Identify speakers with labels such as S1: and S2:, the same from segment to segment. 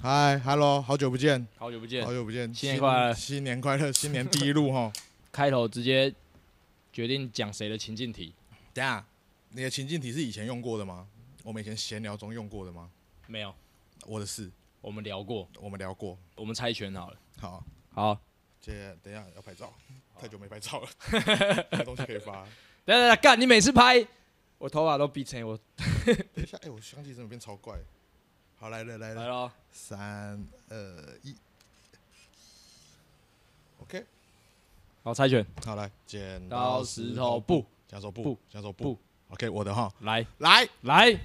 S1: 嗨，Hello，好久不见，
S2: 好久不见
S1: 好，久不见，
S2: 新年快乐
S1: 新年快 乐，新年第一路哈。
S2: 开头直接决定讲谁的情境题，
S1: 等一下，你的情境题是以前用过的吗？我们以前闲聊中用过的吗？
S2: 没有，
S1: 我的是，
S2: 我们聊过，
S1: 我们聊过。
S2: 我们猜拳好了。
S1: 好，
S2: 好，
S1: 接等一下要拍照，太久没拍照 了，没东西可以发。
S2: 等等等，干，你每次拍我头发都逼成我
S1: 等一下，哎、我相机真的变超怪。好，来了来
S2: 来
S1: 了，
S2: 了，
S1: 三二一，OK，
S2: 好猜拳，
S1: 好来，剪
S2: 刀石头布，
S1: 加手布
S2: 布，
S1: 加手布
S2: 布
S1: ，OK，我的哈，
S2: 来
S1: 来，
S2: 来，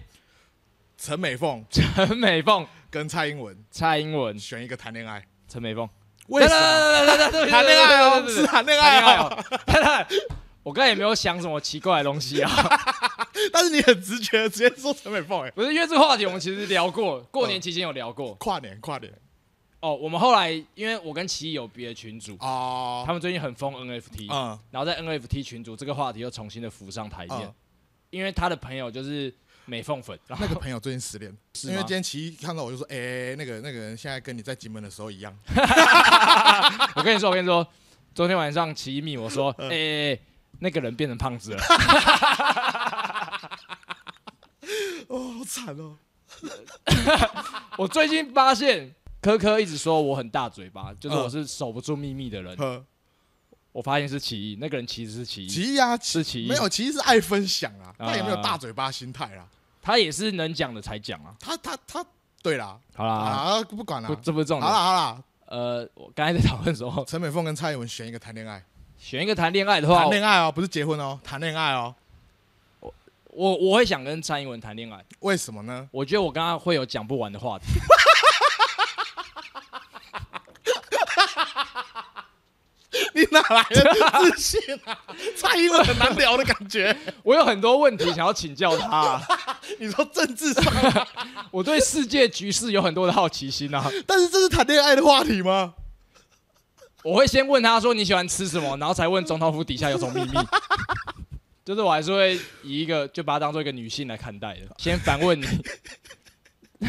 S1: 陈美凤
S2: 陈美凤、
S1: 跟蔡英文
S2: 蔡英文、
S1: 选一个谈恋爱，
S2: 陈美凤，
S1: 为什么
S2: 么
S1: 谈恋爱哦？是谈恋
S2: 谈
S1: 爱
S2: 恋爱
S1: 哦，
S2: 哦，谈恋爱。我刚才也没有想什么奇怪的东西啊，
S1: 但是你很直觉，直接说陈美凤，哎，
S2: 不是因为这个话题我们其实聊过，过年期间有聊过
S1: 跨年跨年
S2: 哦。我们后来因为我跟奇艺有别的群组，
S1: 哦，
S2: 他们最近很疯 NFT，
S1: 嗯
S2: 然后在 NFT 群组这个话题又重新的浮上台面，
S1: 嗯
S2: 因为他的朋友就是美凤粉， 然后
S1: 那个朋友最近失恋，
S2: 是
S1: 因
S2: 吗
S1: 为今天奇艺看到我就说，哎、那个那个人现在跟你在金门的时候一 样，
S2: 我跟你说，我跟你说，昨天晚上奇密我说，
S1: 嗯
S2: 哎、欸那个人变成 胖子了，
S1: 哦，好惨哦，
S2: 我最近发现科科一直说我很大嘴巴，就是
S1: 嗯
S2: 我是守不住秘密的 人，
S1: 呵，
S2: 我发现是奇艺，那个人其实是奇艺，
S1: 奇艺啊，奇
S2: 是奇艺
S1: 没，有，其实是爱分享啊，
S2: 啊
S1: 但也没有大嘴巴心态啦。
S2: 他也是能讲的才讲啊，
S1: 他他他，对啦，
S2: 好啦，
S1: 啊，不管啦
S2: 不，，这不是重
S1: 好
S2: 点，
S1: 啦好啦，
S2: 呃，我刚才在讨论的 时候，
S1: 陈美凤跟蔡英文选一个谈恋爱，
S2: 选一个谈恋爱的话
S1: 谈，恋爱哦，不是结婚哦，谈恋爱哦，
S2: 我我会想跟蔡英文谈恋爱。
S1: 为什么呢？
S2: 我觉得我刚刚会有讲不完的话题。
S1: 你哪来的自信啊？蔡英文很难聊的感觉。
S2: 我有很多问题想要请教他、 啊
S1: 你说政治上，
S2: 我对世界局势有很多的好奇心啊。
S1: 但是这是谈恋爱的话题吗？
S2: 我会先问他说你喜欢吃什么，然后才问总统府底下有什 么秘密。就是我还是会以一个就把它当做一个女性来看待的，先反问你。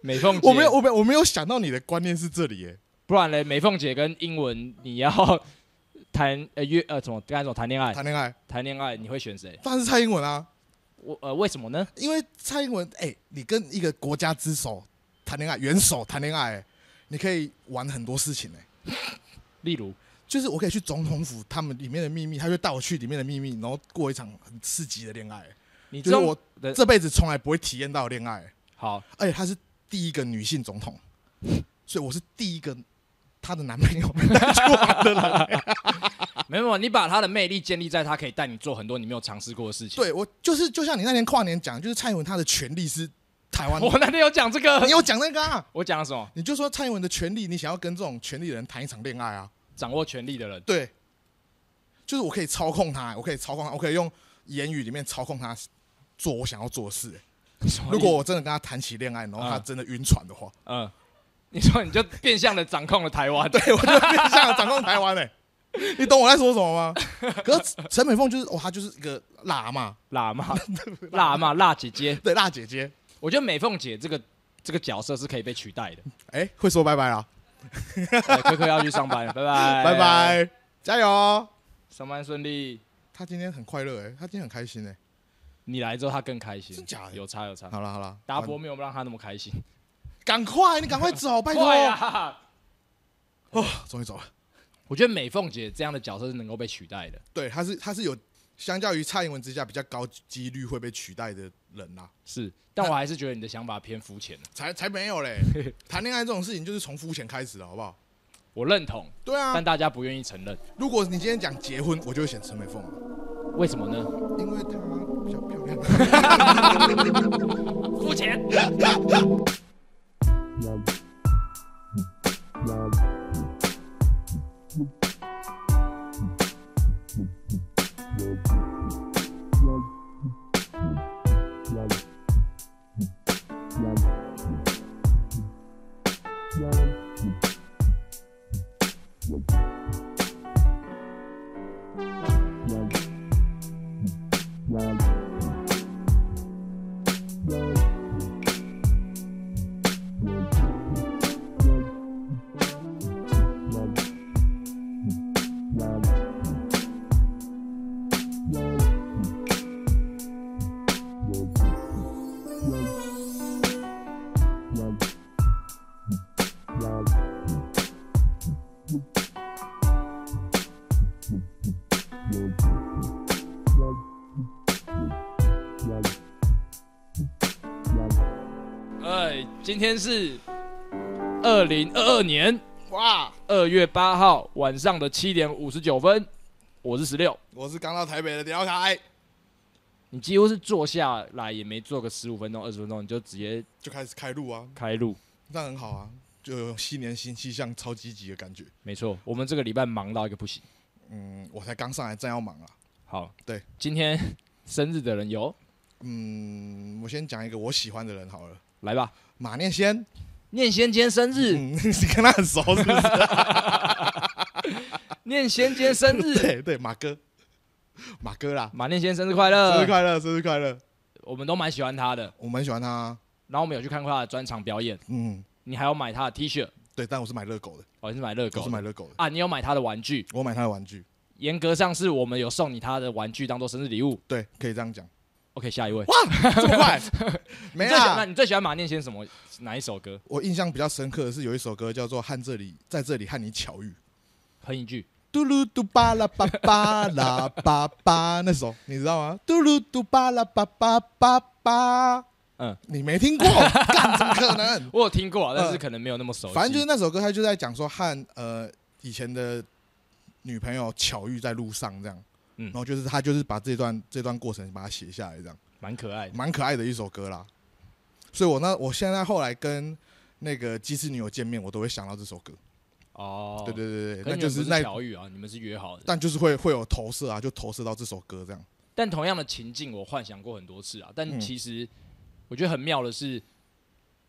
S2: 美凤姐，
S1: 我没有，我没有，我没有想到你的观念是这里耶。
S2: 不然嘞，美凤姐跟英文你要谈呃约呃怎么刚才说谈恋爱
S1: 谈恋爱，
S2: 谈恋爱你会选谁？
S1: 当然是蔡英文啊，
S2: 我呃为什么呢？
S1: 因为蔡英文，哎、你跟一个国家之首谈恋爱，元首谈恋爱，你可以玩很多事情哎。
S2: 例如
S1: 就是我可以去总统府他们里面的秘密，他就带我去里面的秘密，然后过一场很刺激的恋爱，
S2: 你
S1: 就是
S2: 知道
S1: 我
S2: 的
S1: 这辈子从来不会体验到的恋爱。哎
S2: 好
S1: 而且她是第一个女性总统，所以我是第一个她的男朋友 被带去玩的人。
S2: 没有，没有你把他的魅力建立在他可以带你做很多你没有尝试过的事情。，
S1: 对我就是就像你那天跨年讲，就是蔡英文她的权利是台湾，
S2: 我那天有讲这
S1: 你
S2: 个，
S1: 有讲那个啊？
S2: 我讲了什么？
S1: 你就说蔡英文的权利，你想要跟这种权利的人谈一场恋爱啊？
S2: 掌握权力的人，
S1: 对，就是我可以操控他，我可以操控他，我可以用言语里面操控他做我想要做的事、
S2: 什么意思
S1: 如果我真的跟他谈起恋爱，然后他
S2: 嗯
S1: 真的晕船的话，
S2: 嗯，你说你就变相的掌控了台湾，对，
S1: 对我就变相地掌控台湾嘞、欸你懂我在说什么吗？可是陈美凤就是哦，她就是一个辣阿妈，
S2: 辣妈，辣妈，辣姐姐。
S1: 对辣姐姐，
S2: 我觉得美凤姐这个这个角色是可以被取代 的。
S1: 哎、会说拜拜啦，
S2: 哎科科要去上班了，拜拜，
S1: 拜，拜，加油！哦
S2: 上班顺利。
S1: 她今天很快乐哎、她今天很开心哎、
S2: 你来之后，他更开心，
S1: 真假的啊
S2: 有差有差。
S1: 好了好了，
S2: 达博没有让他那么开心，
S1: 赶快你赶快走，拜托！
S2: 快啊！
S1: 哦，终于走了。
S2: 我觉得美凤姐这样的角色是能够被取代的。
S1: 对，她是她是有相较于蔡英文之下比较高几率会被取代的人啦、
S2: 是，但我还是觉得你的想法偏肤浅了。
S1: 才才没有 嘞！谈恋爱这种事情就是从肤浅开始的，好不好？
S2: 我认同，
S1: 对啊
S2: 但，大家不愿意承认，
S1: 如果你今天讲结婚，我就会选陈美凤啊，
S2: 为什么呢？
S1: 因为她比较漂亮。
S2: 付钱。
S3: Yeah.
S2: 哎，今天是二零二二年
S1: 哇！
S2: 二月八号晚上的七点五十九分，我是十六。
S1: 我是刚到台北的哎屌凯，
S2: 你几乎是坐下来也没坐个十五分钟、二十分钟，你就直接
S1: 就开始开录啊，
S2: 开录。
S1: 那很好啊，就有新年新气象，超积极的感觉。
S2: 没错，我们这个礼拜忙到一个不行。
S1: 嗯，我才刚上来，正要忙啊。
S2: 好，
S1: 对，
S2: 今天生日的人有
S1: 嗯，我先讲一个我喜欢的人好了，
S2: 来吧，
S1: 马念先。
S2: 念先今天生日，
S1: 嗯， 你跟他很熟是不是？
S2: 念先今天生 日，
S1: 对对，马哥，马哥啦，
S2: 马念先生日快
S1: 生
S2: 乐
S1: 日，快乐，生日快乐！
S2: 我们都蛮喜欢他的。
S1: 我们很喜欢他啊、
S2: 然后我们有去看过他的专场表演，
S1: 嗯，
S2: 你还有买他的 T 恤，
S1: 对，但我是买热狗的，
S2: 哦，你是买乐
S1: 我
S2: 高
S1: 是买热狗的，
S2: 啊，你有买他的玩具，
S1: 我买他的玩具，
S2: 严格上是我们有送你他的玩具当做生日礼物。
S1: 对，可以这 样讲。
S2: OK，下一位，
S1: 这么 快？没
S2: 你最喜欢
S1: 啦
S2: 那。你最喜欢马念先什么哪一首歌？
S1: 我印象比较深刻的是有一首歌叫做《和这里在这里和你巧遇》，
S2: 哼一句，
S1: 嘟噜嘟巴拉巴巴拉巴巴那首，你知道吗？嘟噜嘟巴拉巴巴巴巴，
S2: 嗯，
S1: 你没听过，干怎么可 能？
S2: 我有听过啊，但是
S1: 呃
S2: 可能没有那么熟悉。
S1: 反正就是那首歌，他就在讲说和呃以前的女朋友巧遇在路上这样，
S2: 嗯
S1: 然后就是他就是把这段这段过程把它写下来，这样
S2: 蛮可爱的。
S1: 蛮可爱的一首歌啦。所以我那我现在后来跟那个鸡翅女友见面，我都会想到这首歌。
S2: 哦，
S1: 对，对对对，
S2: 可
S1: 那
S2: 你们
S1: 就
S2: 不是
S1: 那，
S2: 巧遇啊，你们是约好的。
S1: 但就是会会有投射啊，就投射到这首歌这样。
S2: 但同样的情境，我幻想过很多次啊。但
S1: 嗯
S2: 其实我觉得很妙的是，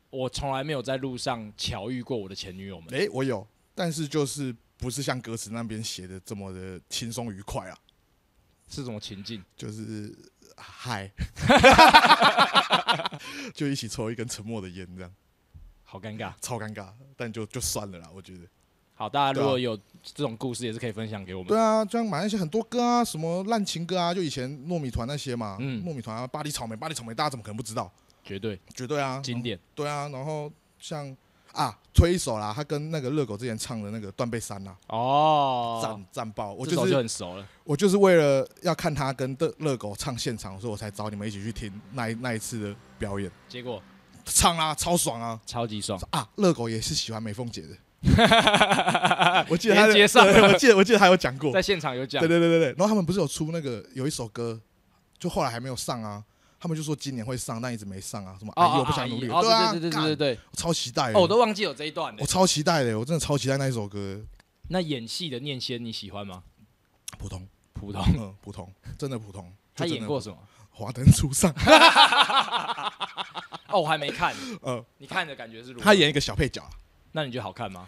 S2: 我从来没有在路上巧遇过我的前女友们。
S1: 诶，我有，但是就是不是像歌词那边写的这么的轻松愉快啊，
S2: 是什么情境？
S1: 就是呃 嗨， 就一起抽一根沉默的烟这样。
S2: 好尴尬。
S1: 超尴尬，但就就算了啦，我觉得。
S2: 嗯好，大家
S1: 对啊
S2: 如果有这种故事，也是可以分享给我们
S1: 对。啊，这样买那些很多歌啊，什么烂情歌啊，就以前糯米团那些嘛，
S2: 嗯
S1: 糯米团啊，巴黎草莓，巴黎草莓，大家怎么可能不知道？
S2: 绝对
S1: 绝对啊，
S2: 经典。
S1: 对啊，然后像啊，推一首啦，他跟那个热狗之前唱的那个《断背山》啊啦，
S2: 哦，
S1: 赞赞爆！我
S2: 这首
S1: 就
S2: 就是很熟了。
S1: 我就是为了要看他跟热热狗唱现场，所以我才找你们一起去听那一那一次的表演，
S2: 结果
S1: 唱啊，超爽啊！
S2: 超级爽，
S1: 啊，热狗也是喜欢美凤姐的， 我记得他
S2: 连接上
S1: 对我记得我记得他有讲过，
S2: 在现场有讲
S1: 对对对对对。然后他们不是有出那个有一首歌，就后来还没有上啊。他们就说今年会上，但一直没上啊。什么
S2: 哦，
S1: 阿姨
S2: 哦
S1: 我不想努力了，
S2: 哦
S1: 啊，
S2: 对对对
S1: 干
S2: 对对对，
S1: 我超期待的，
S2: 哦，我都忘记有这一段了
S1: 我。超期待的，我真的超期待那一首歌的。
S2: 那演戏的念先你喜欢吗？
S1: 普通，
S2: 普通，
S1: 嗯，普通，真的普通。
S2: 他
S1: 就真
S2: 演
S1: 的
S2: 过什么？
S1: 《华灯初上》，
S2: 哦，我还没看，
S1: 呃，
S2: 你看的感觉是如何？
S1: 他演一个小配角啊，
S2: 那你觉得好看吗？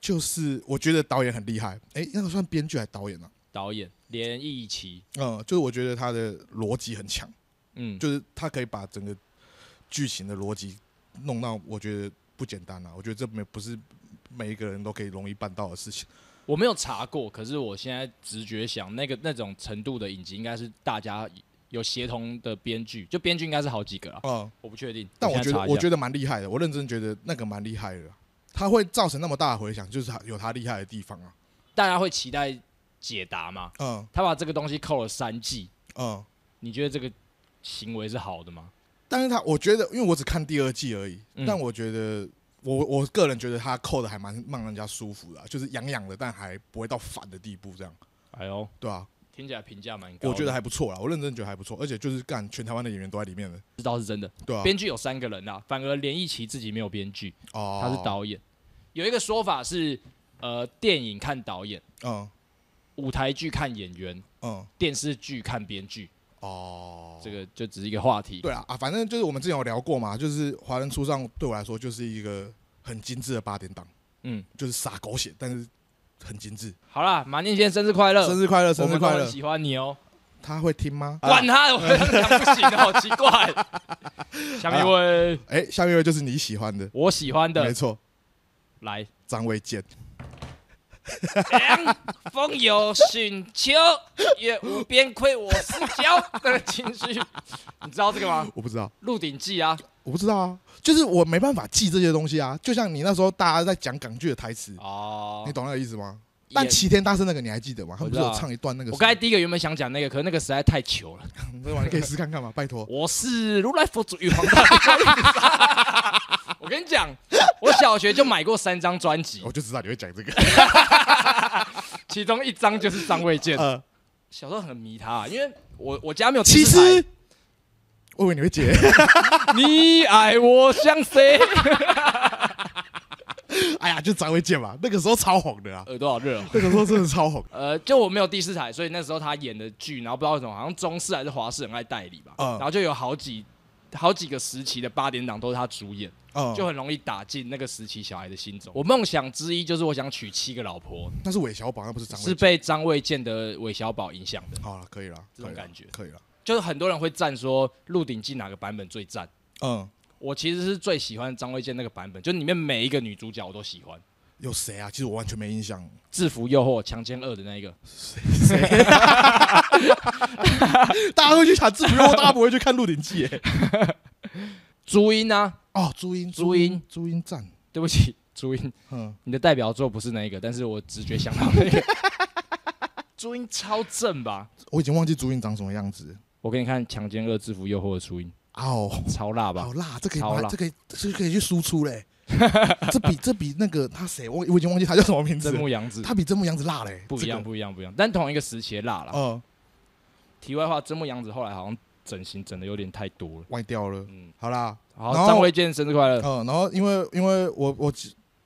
S1: 就是我觉得导演很厉害，诶，那个算编剧还是导演啊？
S2: 导演连奕奇，
S1: 嗯，就是我觉得他的逻辑很强，
S2: 嗯，
S1: 就是他可以把整个剧情的逻辑弄到，我觉得不简单啊。我觉得这没不是每一个人都可以容易办到的事情。
S2: 我没有查过，可是我现在直觉想，那个那种程度的影集，应该是大家有协同的编剧，就编剧应该是好几个啊，
S1: 嗯，
S2: 我不确定。
S1: 但我
S2: 现在
S1: 觉得
S2: 查一下
S1: 我觉得蛮厉害的，我认真觉得那个蛮厉害的啊。他会造成那么大的回响，就是他有他厉害的地方啊。
S2: 大家会期待解答嘛，
S1: 嗯
S2: 他把这个东西扣了三季，
S1: 嗯，
S2: 你觉得这个行为是好的吗？
S1: 但是他我觉得，因为我只看第二季而已，
S2: 嗯
S1: 但我觉得我我个人觉得他扣的还蛮让人家舒服的啊、就是痒痒的，但还不会到烦的地步，这样
S2: 哎呦，
S1: 对吧、
S2: 听起来评价蛮高的，
S1: 我觉得还不错啦，我认真觉得还不错，而且就是干全台湾的演员都在里面的，
S2: 知道是真的。
S1: 对啊，
S2: 编剧有三个人啊，反而连奕奇自己没有编剧，
S1: 哦，
S2: 他是，导演。有一个说法是，呃，电影看导演，
S1: 嗯
S2: 舞台剧看演员，
S1: 嗯，
S2: 电视剧看编剧，
S1: 哦，
S2: 这个就只是一个话题。
S1: 对啊啊，反正就是我们之前有聊过嘛，就是《华人初上》对我来说就是一个很精致的八点档，
S2: 嗯，
S1: 就是撒狗血，但是很精致。
S2: 好啦，马念先生日快乐，
S1: 生日快乐，生
S2: 我
S1: 日
S2: 们都
S1: 快
S2: 很
S1: 乐！
S2: 喜欢你哦。
S1: 他会听吗？
S2: 管
S1: 啊
S2: 他的，我 这样讲不行的，好 奇怪。下面一位，
S1: 哎，下面一位就是你喜欢的，
S2: 我喜欢
S1: 没
S2: 的，
S1: 错，
S2: 来，
S1: 张卫健。
S2: 凉风有寻求，也无边愧我是娇的情绪，你知道这 个吗？《
S1: 我不知道，
S2: 鹿鼎记》啊，
S1: 我不知道啊，就是我没办法记这些东西啊。就像你那时候大家在讲港剧的台词，
S2: 哦
S1: 你，懂那个意思吗？
S2: 也
S1: 但齐天大圣那个你还记得吗？他
S2: 我
S1: 们
S2: 知
S1: 不
S2: 道
S1: 是
S2: 啊
S1: 有唱一段那个？
S2: 我刚才第一个原本想讲那个，可是那个实在太糗 了。
S1: 这玩意可以试看看嘛，拜托。
S2: 我是如来佛祖与黄大仙。我跟你讲，我小学就买过三张专辑
S1: 我，就知道你会讲这个。
S2: 其中一张就是张卫健。
S1: 呃，
S2: 小时候很迷他，因为我我家没有电
S1: 其
S2: 视台。
S1: 实我以为你会解，
S2: 你爱我像谁？
S1: 哎呀，就张卫健嘛，那个时候超红的啊，
S2: 耳朵好热、哦。
S1: 那个时候真的超红。
S2: 呃，就我没有第四台，所以那时候他演的剧，然后不知道为什么，好像中视还是华视很爱代理吧，
S1: 嗯
S2: 然后就有好几好几个时期的八点档都是他主演，
S1: 哦，
S2: 就很容易打进那个时期小孩的心中。
S1: 嗯
S2: 我梦想之一就是我想娶七个老婆，
S1: 那是韦小宝，那不是张卫
S2: 是
S1: 健。
S2: 被张卫健的韦小宝影响的，
S1: 好了，可以了，
S2: 这种
S1: 可以了
S2: 感觉
S1: 可以了。
S2: 就是很多人会赞说《鹿鼎记》哪个版本最赞，
S1: 嗯，
S2: 我其实是最喜欢张卫健那个版本，就里面每一个女主角我都喜欢，《
S1: 有谁啊？其实我完全没印象。
S2: 制服诱惑》《强奸二》的那一个，
S1: 谁？ 大家会去查字幕，大家不会去看《鹿鼎记》耶。
S2: 朱茵啊，
S1: 哦，朱茵，
S2: 朱茵，
S1: 朱茵赞。
S2: 对不起，朱茵。
S1: 嗯，
S2: 你的代表作不是那一个，但是我直觉想到 那个。朱茵超正吧？
S1: 我已经忘记朱茵长什么样子。
S2: 我给你看《强奸二制服诱惑》的朱茵，
S1: 啊哦，
S2: 超辣吧
S1: 好？辣，这可以
S2: 超
S1: 把
S2: 辣
S1: 这可以这可以去输出嘞。 这比这比那个他谁，我我已经忘记他叫什么名字
S2: 真
S1: 了。
S2: 木阳子
S1: 他比真木阳子辣嘞，
S2: 不一
S1: 这
S2: 样，
S1: 个。
S2: 不一样，不一样，但同一个时期的辣了。
S1: 嗯，
S2: 题外话，真木阳子后来好像整形整的有点太多了。
S1: 歪掉了。
S2: 嗯，
S1: 好啦，
S2: 好，
S1: 然后
S2: 张卫健生日快乐。
S1: 嗯，然后因为因为我我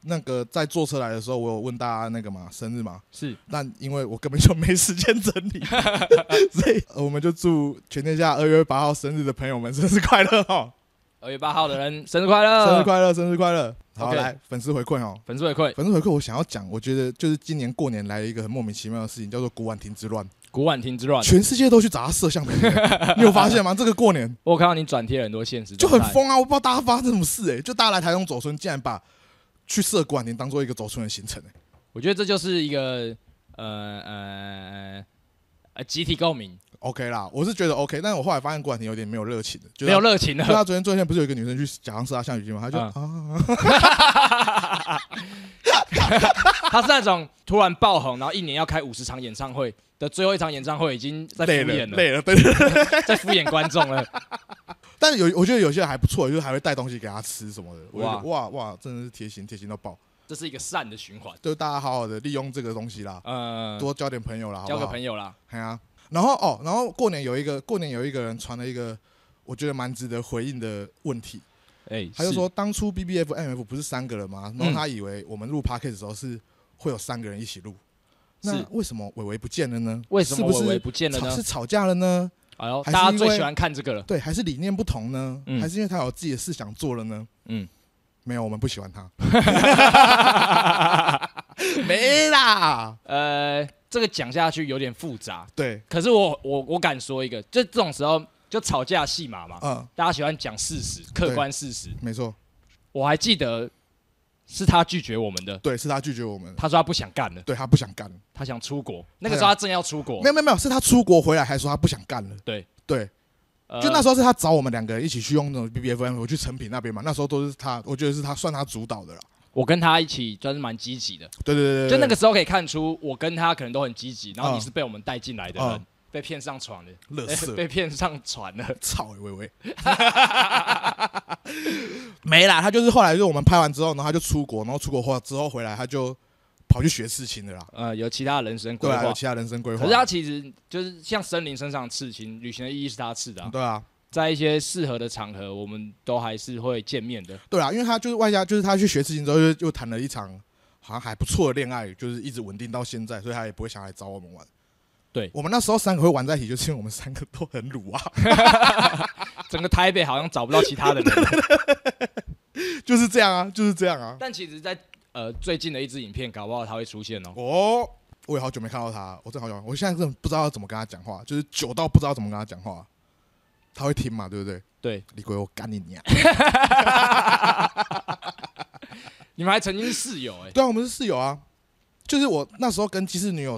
S1: 那个在坐车来的时候，我有问大家那个嘛生日嘛，
S2: 是
S1: 但因为我根本就没时间整理， 所以呃我们就祝全天下二月八号生日的朋友们生日快乐哦！
S2: 二月八号的人生日快乐，
S1: 生日快乐，生日快乐！好，
S2: 呃 OK
S1: 来粉丝回馈哦。
S2: 粉丝回馈，
S1: 粉丝回馈，我想要讲，我觉得就是今年过年来了一个很莫名其妙的事情，叫做古婉亭之乱，
S2: 古婉婷之乱。
S1: 全世界都去找他摄像头， 你有发现吗？这个过年
S2: 我有看到你转贴了很多现实，
S1: 就很。疯啊！我不知道大家发生什么事哎、就大家来台中走村，竟然把去社管亭当做一个走村的行程哎、
S2: 我觉得这就是一个呃呃呃集体共鸣，
S1: OK 啦，我是觉得 OK，但是我后来发现管亭有点没有热情的，就啊
S2: 没有热 情的
S1: 就。他昨天最前不是有一个女生去假装是他项羽军吗？他就、啊，
S2: 他是那种突然爆红，然后一年要开五十场演唱会的最后一场演唱会，已经在敷
S1: 累
S2: 衍
S1: 了
S2: 了，
S1: 累了，对对对。
S2: 在敷衍观众了。
S1: 但是有我觉得有些人还不错，就是还会带东西给他吃什么的。我就觉得哇哇，真的是贴心贴心到爆，
S2: 这是一个善的循环。
S1: 就大家好好的利用这个东西啦，
S2: 呃，
S1: 多交点朋友啦，好不
S2: 交
S1: 好？
S2: 个朋友啦。
S1: 哎呀，然后哦，然后过年有一个过年有一个人传了一个我觉得蛮值得回应的问题，
S2: 哎，
S1: 他就是说当初 B B F M F 不是三个人吗？然后他以为我们录 p o d c a s t 的时候是会有三个人一起录，那
S2: 是
S1: 为什么伟伟不见了呢？
S2: 为什么
S1: 是
S2: 伟
S1: 不
S2: 伟
S1: 是
S2: 不见了
S1: 吵
S2: 呢
S1: 是？吵架了呢？
S2: 哎呦，
S1: 还是
S2: 大家
S1: 因为
S2: 最喜欢看这个了。
S1: 对，还是理念不同呢？
S2: 嗯
S1: 还是因为他有自己的事想做了呢？
S2: 嗯，
S1: 没有，我们不喜欢他。没啦，
S2: 呃，这个讲下去有点复杂，
S1: 对，
S2: 可是我我我敢说一个，就这种时候就吵架戏码嘛，
S1: 嗯，
S2: 大家喜欢讲事实，客观事实。
S1: 没错，
S2: 我还记得是他拒绝我们的，
S1: 对，是他拒绝我们，
S2: 他说他不想干了，
S1: 对他不想干了。
S2: 他想出国。
S1: 啊
S2: 那个时候他正要出国
S1: 没，有没有没有，是他出国回来还说他不想干了。
S2: 对
S1: 对，
S2: 呃
S1: 就那时候是他找我们两个人一起去用那种 B B F M，我去成品那边嘛，那时候都是他，我觉得是他算他主导的啦。
S2: 我跟他一起算是蛮积极的，
S1: 对对对对，
S2: 就那
S1: 对
S2: 个时候可以看出，我跟他可能都很积极，然
S1: 嗯
S2: 后你是被我们带进来的人，
S1: 嗯
S2: 被骗上船的，
S1: 乐
S2: 哎
S1: 色
S2: 被骗上 船了。
S1: 操欸，微微，没啦，他就是后来就是我们拍完之后，然后他就出国，然后出国后之后回来，他就跑去学事情的啦。
S2: 呃，有其他的人生规
S1: 对啊，
S2: 划
S1: 有，其他人生规划。
S2: 可是他其实就是像森林身上的刺青，旅行的意义是他刺的、啊，
S1: 对啊，
S2: 在一些适合的场合，我们都还是会见面的。
S1: 对啊，因为他就是外加就是他去学事情之后又又谈了一场好像还不错的恋爱，就是一直稳定到现在，所以他也不会想来找我们玩。
S2: 对
S1: 我们那时候三个会玩在一起，就是因为我们三个都很鲁啊，
S2: 整个台北好像找不到其他 的人，
S1: 就是这样啊，就是这样啊。
S2: 但其实在，呃最近的一支影片，搞不好他会出现哦。
S1: 哦，我也好久没看到他，我真的好久没，我现在真的不知道要怎么跟他讲话，就是久到不知道怎么跟他讲话。他会听嘛，对不对？
S2: 对，
S1: 李鬼，我干你娘！
S2: 你们还曾经是室友哎、欸
S1: 对啊，我们是室友啊，就是我那时候跟机智女友，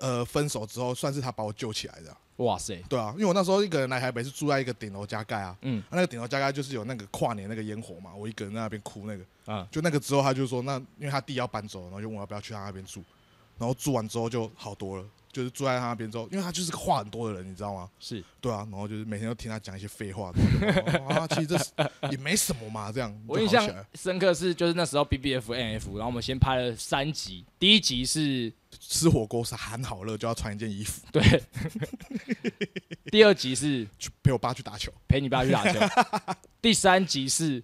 S1: 呃，分手之后，算是她把我救起来的啊、
S2: 哇塞，
S1: 对啊，因为我那时候一个人来台北是住在一个顶楼加盖啊，
S2: 嗯
S1: 啊那个顶楼加盖就是有那个跨年那个烟火嘛，我一个人在那边哭那个，
S2: 啊，
S1: 就那个之后他就说，那因为他弟要搬走，然后就问我要不要去他那边住，然后住完之后就好多了，就是住在他那边之后，因为他就是个话很多的人，你知道吗？
S2: 是
S1: 对啊，然后就是每天都听他讲一些废话，然后就哦啊，其实这是也没什么嘛，这样
S2: 我
S1: 就
S2: 印
S1: 好
S2: 象
S1: 起来了
S2: 深刻是就是那时候 B B F N F，然后我们先拍了三集，第一集是
S1: 吃火锅是喊好了就要穿一件衣服，
S2: 对， 第二集是
S1: 去陪我爸去打球，
S2: 陪你爸去打球，第三集是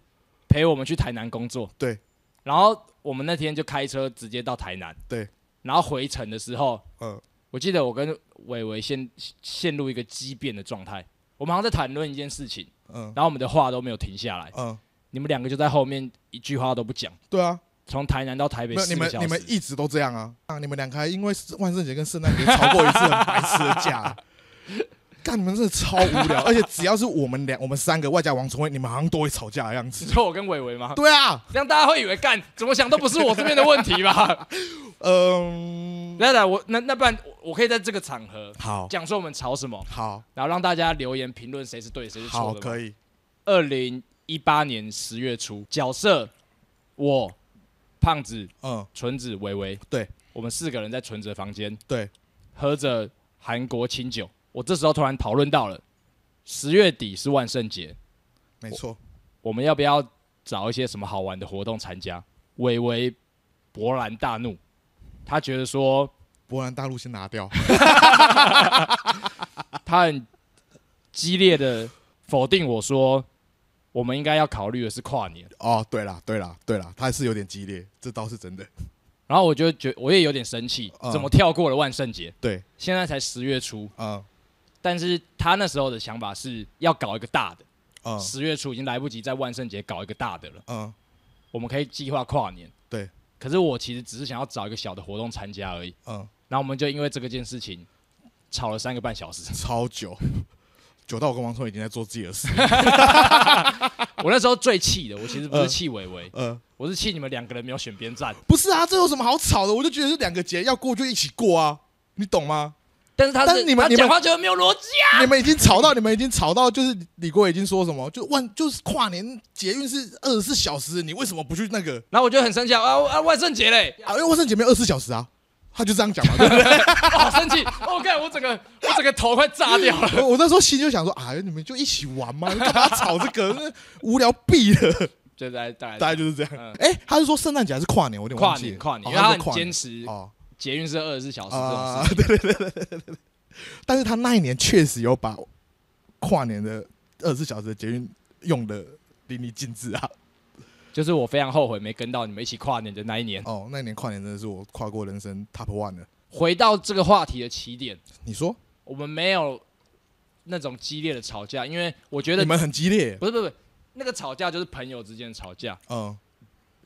S2: 陪我们去台南工作。
S1: 对，
S2: 然后我们那天就开车直接到台南。
S1: 对，
S2: 然后回程的时候，
S1: 嗯，
S2: 我记得我跟伟伟陷陷入一个激辩的状态，我们好像在谈论一件事情，
S1: 嗯
S2: 然后我们的话都没有停下来，
S1: 嗯，
S2: 你们两个就在后面一句话都不讲，
S1: 对啊，
S2: 从台南到台北
S1: 没有你
S2: 四个
S1: 们
S2: 小
S1: 你
S2: 时。
S1: 们一直都这样啊啊！你们两个还因为是万圣节跟圣诞节吵过一次很白痴的架， 干你们真的超无聊，而且只要是我们两我们三个外加王崇辉，你们好像都会吵架的样
S2: 只
S1: 子。
S2: 说我跟伟伟吗？
S1: 对啊，
S2: 这样大家会以为干怎么想都不是我这边的问 题吧？
S1: 嗯，
S2: 来来，我那那不然我我可以在这个场合
S1: 好，
S2: 讲说我们吵什么，
S1: 好，
S2: 然后让大家留言评论谁是对谁是错
S1: 好，
S2: 的吗。
S1: 可以，
S2: 二零一八年十月初，角色我胖子
S1: 嗯，
S2: 纯子、微微，
S1: 对
S2: 我们四个人在纯子的房间
S1: 对，
S2: 喝着韩国清酒。我这时候突然讨论到了，十月底是万圣节，
S1: 没错，
S2: 我们要不要找一些什么好玩的活动参加？微微勃然大怒，他觉得说
S1: 波兰大陆先拿掉，
S2: 他很激烈的否定我说，我们应该要考虑的是跨年。
S1: 哦，对啦，对啦，对啦，他还是有点激烈，这倒是真的，
S2: 然后我就觉我也有点生气，
S1: 嗯
S2: 怎么跳过了万圣节？
S1: 对，
S2: 现在才十月初，
S1: 嗯
S2: 但是他那时候的想法是要搞一个大的，
S1: 嗯
S2: 十、月初已经来不及在万圣节搞一个大的了，
S1: 嗯，
S2: 我们可以计划跨年。
S1: 对，
S2: 可是我其实只是想要找一个小的活动参加而已，
S1: 嗯，。
S2: 然后我们就因为这个件事情吵了三个半小时
S1: 超久， 久到我跟王崇辉已经在做自己的事，
S2: 我那时候最气的，我其实不是
S1: 嗯
S2: 气伟伟，
S1: 嗯。
S2: 我是气你们两个人没有选边站。
S1: 不是啊，这有什么好吵的？我就觉得是两个节要过就一起过啊，你懂吗？
S2: 但是他
S1: 但
S2: 是
S1: 是你们
S2: 他
S1: 你们
S2: 讲话觉得没有逻辑啊，
S1: 你们已经吵到，你们已经吵到，就是李国已经说什么，就万就是跨年捷运是二十四小时，你为什么不去那个？
S2: 然后我就很生气啊啊啊！万圣节嘞，
S1: 啊，因为万圣节没有二十四小时啊，他就这样讲嘛，对不对？
S2: 我好哦生气！我看我 整个我整个头快炸掉了。
S1: 我我那时候心就想说，啊，你们就一起玩嘛，你干嘛吵这个？那无聊毙 了，
S2: 就大概大概
S1: 大概就是这样
S2: 哎嗯。
S1: 哎，他是说圣诞节还是跨年？我有点
S2: 跨
S1: 忘记
S2: 年
S1: 了
S2: 跨年，
S1: 哦
S2: 因为他
S1: 是
S2: 很
S1: 跨年
S2: 坚持
S1: 哦
S2: 捷运是二十四小时这种
S1: 啊
S2: 事，情。
S1: 对对对对对对。但是他那一年确实有把跨年的二十四小时的捷运用的淋漓尽致啊。
S2: 就是我非常后悔没跟到你们一起跨年的那一年。
S1: 哦，那一年跨年真的是我跨过人生 top one 了。
S2: 回到这个话题的起点，
S1: 你说
S2: 我们没有那种激烈的吵架，因为我觉
S1: 你
S2: 得
S1: 们很激烈，
S2: 不是不是不是那个吵架就是朋友之间的吵架。
S1: 嗯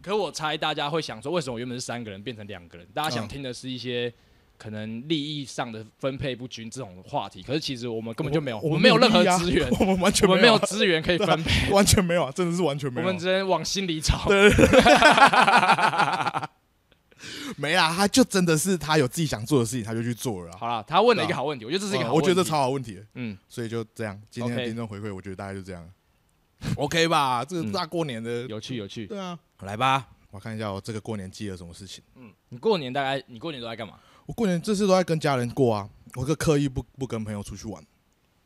S2: 可我猜大家会想说，为什么我原本是三个人变成两个人？大家想
S1: 嗯
S2: 听的是一些。可能利益上的分配不均这种话题，可是其实我们根本就没有，
S1: 我
S2: 们没有任何
S1: 利益啊
S2: 资源，
S1: 我们完
S2: 我
S1: 全
S2: 们没
S1: 没
S2: 有
S1: 有，啊
S2: 资源可以分 配，
S1: 完全没有啊，真的是完全没
S2: 我
S1: 有
S2: 们
S1: 啊。
S2: 只能往心里吵。
S1: 没啦，他就真的是他有自己想做的事情，他就去做了啊。
S2: 好了，他问了一个好问题，我觉得这是一个
S1: 嗯
S2: 好
S1: 我
S2: 问题。
S1: 觉得这超好问题的，
S2: 嗯，
S1: 所以就这样。今天的
S2: OK
S1: 听众回馈，我觉得大概就这样。OK 吧，这
S2: 嗯
S1: 个大过年的，
S2: 有趣有趣。
S1: 对啊，
S2: 来吧，
S1: 我看一下我这个过年记了什么事情。
S2: 嗯，你过年大概你过年都在干嘛？
S1: 我过年这次都在跟家人过啊，我个刻意不不跟朋友出去玩，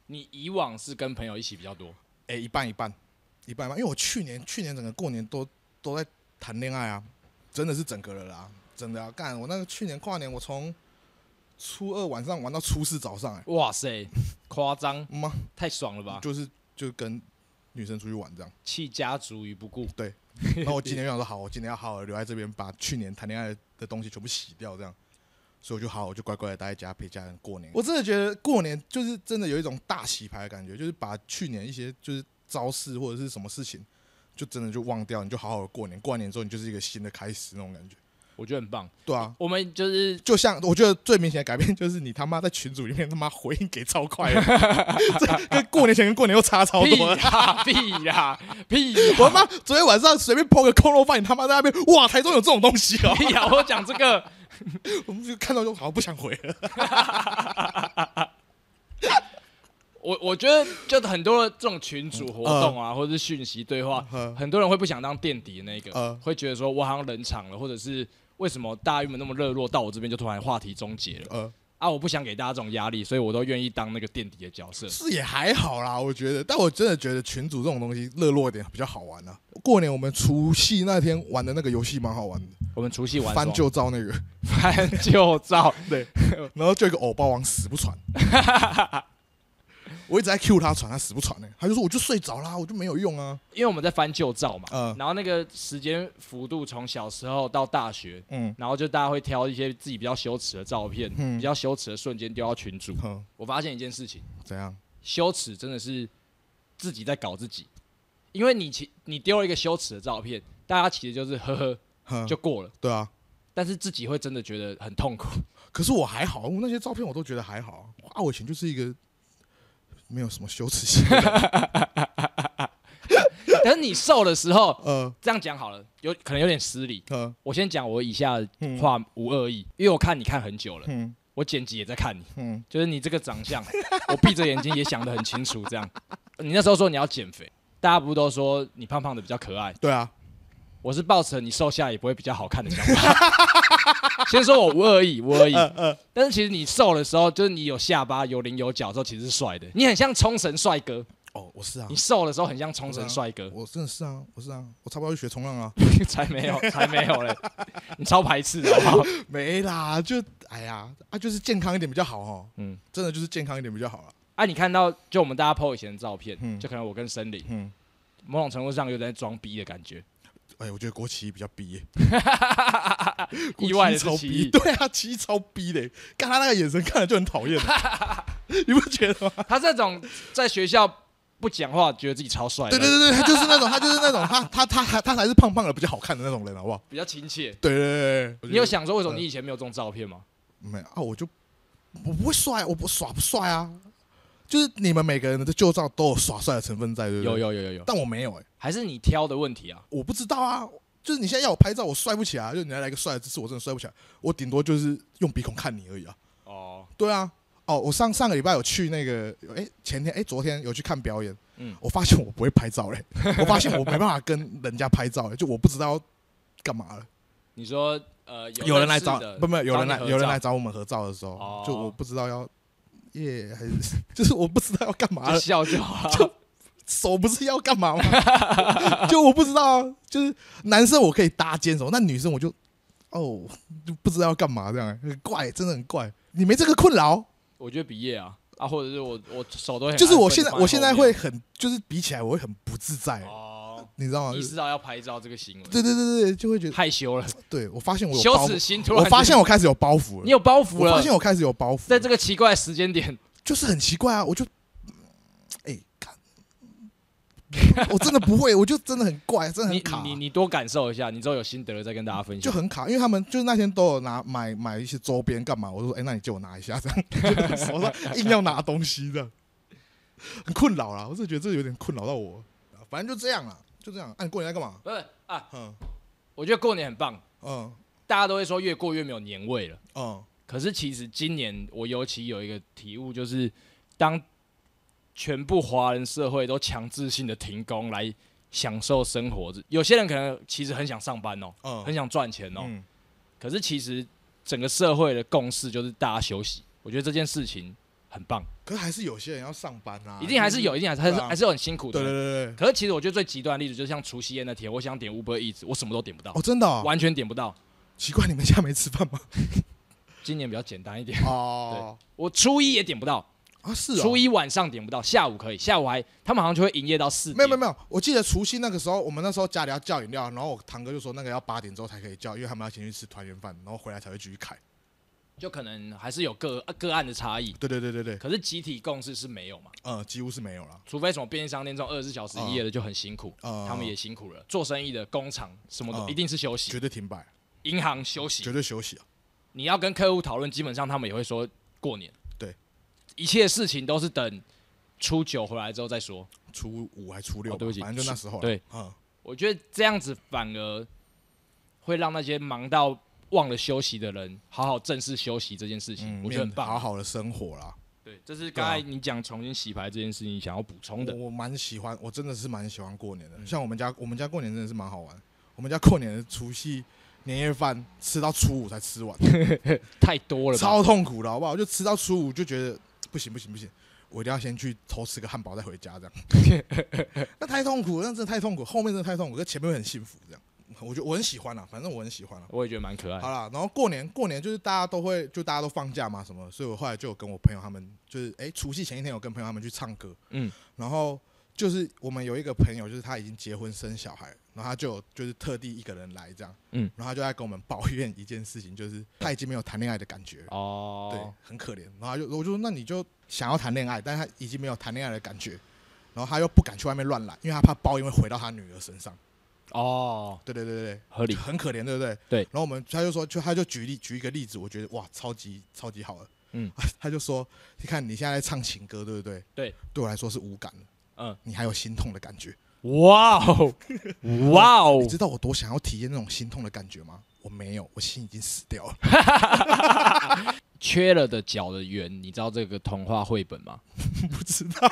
S2: 你以往是跟朋友一起比较多，
S1: 哎、一半一半，一半一半，因为我去年去年整个过年都都在谈恋爱啊，真的是整个了啦，真的啊，干我那个去年跨年我从初二晚上玩到初四早上、欸，
S2: 哇塞，夸张，
S1: 哎妈，
S2: 太爽了吧？
S1: 就是就跟女生出去玩这样，
S2: 弃家族于不顾，
S1: 然后我今年就想说好，我今年要好好地留在这边，把去年谈恋爱的东西全部洗掉这样。所以我就好，我就乖乖的待在家陪家人过年。我真的觉得过年就是真的有一种大洗牌的感觉，就是把去年一些就是招式或者是什么事情，就真的就忘掉，你就好好的过年。过完年之后，你就是一个新的开始那种感觉。
S2: 我觉得很棒。
S1: 对啊，
S2: 我们就是
S1: 就像我觉得最明显的改变就是你他妈在群组里面他妈回应给超快 的，这跟过年前跟过年又差超
S2: 屁
S1: 多了。
S2: 啦屁啦屁啦
S1: 我他妈昨天晚上随便抛个空肉饭，你他妈在那边哇，台中有这种东西哦、
S2: 屁啦！我讲这个
S1: 我们就看到就好不想回了。
S2: 我我觉得就很多这种群组活动啊，或者是讯息对话，
S1: 嗯
S2: 很多人会不想当垫底的那个
S1: 嗯，
S2: 会觉得说我好像冷场了，或者是为什么大家原本那么热络，到我这边就突然话题终结了
S1: 呃，
S2: 啊？我不想给大家这种压力，所以我都愿意当那个垫底的角 色。
S1: 是也还好啦，我觉得。但我真的觉得群组这种东西热络一点比较好玩啊。过年我们除夕那天玩的那个游戏蛮好玩的，
S2: 我们除夕玩什
S1: 翻
S2: 么
S1: 旧照那个，
S2: 翻旧照，
S1: 然后就有一个偶包王死不 传，我一直在 Q 他传，他死不传呢、欸他就说我就睡着啦，我就没有用啊。
S2: 因为我们在翻旧照嘛，
S1: 嗯
S2: 然后那个时间幅度从小时候到大学，
S1: 嗯，
S2: 然后就大家会挑一些自己比较羞耻的照片，
S1: 嗯
S2: 比较羞耻的瞬间丢到群组。
S1: 哼，
S2: 我发现一件事情，
S1: 怎样？
S2: 羞耻真的是自己在搞自己，因为你其你丢了一个羞耻的照片，大家其实就是呵呵
S1: 哼，
S2: 就过了，
S1: 对啊。
S2: 但是自己会真的觉得很痛苦。
S1: 可是我还好，我那些照片我都觉得还好啊。我以前就是一个没有什么羞耻心的人，
S2: 但是你瘦的时候，
S1: 呃
S2: 这样讲好了，有可能有点失礼。
S1: 呃，
S2: 我先讲我以下的
S1: 嗯
S2: 话无恶意，因为我看你看很久了，
S1: 嗯
S2: 我剪辑也在看你。
S1: 嗯，
S2: 就是你这个长相， 我闭着眼睛也想得很清楚。这样，你那时候说你要减肥，大家不都说你胖胖的比较可爱？
S1: 对啊，
S2: 我是抱持你瘦下来也不会比较好看的想法。 先说我无恶意，无恶意。
S1: 嗯
S2: 但是其实你瘦的时候，就是你有下巴、有棱有角的时候，其实是帅的。你很像冲绳帅哥，
S1: 哦，我是啊
S2: 你，瘦的时候很像冲绳帅哥，
S1: 我真的是啊，我是啊，我差不多要去学冲浪啊。
S2: 才没有，才没有嘞！ 你超排斥的好不好？
S1: 没啦，就哎呀啊，就是健康一点比较好哦。
S2: 嗯
S1: 嗯，真的就是健康一点比较好了。
S2: 啊，你看到就我们大家 PO 以前的照片，
S1: 嗯
S2: 就可能我跟森林，
S1: 嗯，
S2: 某种程度上有点在装逼的感觉，
S1: 哎，我觉得国旗比较逼 耶，国
S2: 意
S1: 旗
S2: 外的
S1: 超
S2: 是奇异
S1: 逼，对啊，旗超逼的，看他那个眼神看着就很讨 厌，你不觉得吗？
S2: 他这种在学校不讲话，觉得自己超帅，
S1: 对对对对，他就是那种，他就是那种，他他他他他才是胖胖的比较好看的那种人，好不好？
S2: 比较亲切。
S1: 对对对对，我觉得嗯
S2: 你有想说为什么你以前没有这种照片吗？
S1: 没有啊？我就我不会帅，我不耍不帅啊。就是你们每个人的旧照都有耍帅的成分在，对不对？
S2: 有，有有有有，
S1: 但我没有哎、
S2: 还是你挑的问题啊？
S1: 我不知道啊，就是你现在要我拍照，我帅不起来，就你来来个帅的姿势，我真的帅不起来，我顶多就是用鼻孔看你而已啊。
S2: 哦，
S1: 对啊，哦，我上上个礼拜有去那个，哎、前天哎、诶昨天有去看表演，
S2: 嗯
S1: 嗯，我发现我不会拍照嘞、我发现我没办法跟人家拍照、欸，就我不知道干嘛了。
S2: 你说呃，有
S1: 有
S2: 人
S1: 人来找，不不，有人来
S2: 找你合照
S1: 有人来找我们合照的时候，
S2: 哦
S1: 就我不知道要耶、还是 就是我不知道要干嘛
S2: 就
S1: 了，
S2: 笑就好了。
S1: 手不是要干嘛吗？ 就我不知道啊，就是男生我可以搭肩什么，那女生我就哦就不知道要干嘛这样、很怪，真的很怪。你没这个困扰，
S2: 我觉得毕业啊啊，或者是我我手都很
S1: 就是我
S2: 安分
S1: 现在
S2: 地放
S1: 我现在
S2: 后
S1: 会
S2: 面
S1: 很就是比起来我会很不自在，
S2: 哦，
S1: 你知道吗
S2: 意？识到要拍照这个行为，
S1: 对对对对，就会觉得
S2: 害羞了，
S1: 对我发现我有包
S2: 羞耻
S1: 袱，
S2: 心突然
S1: 我
S2: 间，
S1: 发现我开始有包袱
S2: 你
S1: 了，
S2: 有包袱
S1: 我
S2: 了
S1: 发，现我开始有包袱
S2: 在
S1: 了，
S2: 这个奇怪的时间点，
S1: 就是很奇怪啊，我就哎看， 干我真的不会，我就真的很怪，真的
S2: 你
S1: 很卡啊、
S2: 你你多感受一下，你之后有心得了再跟大家分
S1: 就
S2: 享。
S1: 很卡，因为他们就是那天都有拿买买一些周边干嘛，我就说哎、那你借我拿一下这样， 就手上硬要拿东西这样，很困扰啦。我是觉得这有点困扰到我，反正就这样啦，就这样。啊，你过年在干嘛？
S2: 不是啊，
S1: 嗯
S2: 我觉得过年很棒，
S1: 嗯
S2: 大家都会说越过越没有年味了。
S1: 嗯
S2: 可是其实今年我尤其有一个体悟，就是当全部华人社会都强制性的停工来享受生活，有些人可能其实很想上班哦，
S1: 嗯，
S2: 很想赚钱哦，
S1: 嗯
S2: 可是其实整个社会的共识就是大家休息。我觉得这件事情很棒，
S1: 可是还是有些人要上班啊，
S2: 一定还是有，
S1: 就
S2: 一定还是还是
S1: 对啊
S2: 还是有很辛
S1: 是。
S2: 苦
S1: 对对
S2: 的。
S1: 对对，对
S2: 可是其实我觉得最极端的例子，就像除夕夜那天，我想点 Uber Eats，我什么都点不到
S1: 哦，，真的、哦，
S2: 完全点不到。
S1: 奇怪，你们家没吃饭吗？
S2: 今年比较简单一点，
S1: 哦
S2: 我初一也点不到，
S1: 啊是哦，
S2: 初一晚上点不到，下午可以，下午还他们好像就会营业到四点。
S1: 没有没有没有，我记得除夕那个时候，我们那时候家里要叫饮料，然后我堂哥就说那个要八点之后才可以叫，因为他们要先去吃团圆饭，然后回来才会继续开。
S2: 就可能还是有个呃个案的差异，
S1: 对对对对对，
S2: 可是集体共识是没有嘛，
S1: 呃，几乎是没有了。
S2: 除非什么便利商店这种二十四小时营业的就很辛苦，
S1: 呃，
S2: 他们也辛苦了，做生意的工厂什么的
S1: 嗯
S2: 一定是休息，
S1: 绝对停摆，
S2: 银行休息
S1: 绝，对休息啊。
S2: 你要跟客户讨论，基本上他们也会说过年，
S1: 对，
S2: 一切事情都是等初九回来之后再说，
S1: 初五还初六
S2: 哦
S1: 吧，
S2: 对不起
S1: 反正就那时候啦。
S2: 对
S1: 嗯，
S2: 我觉得这样子反而会让那些忙到忘了休息的人，好好正视休息这件事情，
S1: 嗯，
S2: 我觉得很
S1: 面好
S2: 棒。
S1: 好的生活啦。
S2: 对，这是
S1: 对
S2: 刚
S1: 啊
S2: 才你讲重新洗牌这件事情想要补充的。嗯
S1: 我我蛮喜欢，我真的是蛮喜欢过年的。像我们家，我们家过年真的是蛮好玩。我们家过年的除夕年夜饭吃到初五才吃完，
S2: 太多了吧，
S1: 超痛苦的，好不好？就吃到初五就觉得不行不行不行，我一定要先去偷吃个汉堡再回家这样。 那太痛苦了，那真的太痛苦，后面真的太痛苦，可前面会很幸福这样。我觉得我很喜欢啊，反正我很喜欢啊。
S2: 我也觉得蛮可爱的。
S1: 好啦，然后过年过年就是大家都会，就大家都放假嘛，什么，所以我后来就有跟我朋友他们，就是哎、除夕前一天有跟朋友他们去唱歌，
S2: 嗯，
S1: 然后就是我们有一个朋友，就是他已经结婚生小孩，然后他就有就是特地一个人来这样，
S2: 嗯，
S1: 然后他就在跟我们抱怨一件事情，就是他已经没有谈恋爱的感觉，
S2: 哦，
S1: 对，很可怜。然后他就我就说，那你就想要谈恋爱，但他已经没有谈恋爱的感觉，然后他又不敢去外面乱来，因为他怕报应会回到他女儿身上。
S2: 哦，
S1: 对对对对对，
S2: 合理
S1: 就。很可怜，对不对？
S2: 对
S1: 然后我们他就说，就他就举例举一个例子，我觉得哇，超级超级好了。
S2: 嗯，
S1: 他就说，你看你现在在唱情歌，对不对？
S2: 对，
S1: 对我来说是无感的。
S2: 嗯，
S1: 你还有心痛的感觉，
S2: 哇哦，哇哦
S1: 你，知道我多想要体验那种心痛的感觉吗？我没有，我心已经死 掉了。
S2: 缺了的脚的圆，你知道这个童话绘本吗？
S1: 不知道，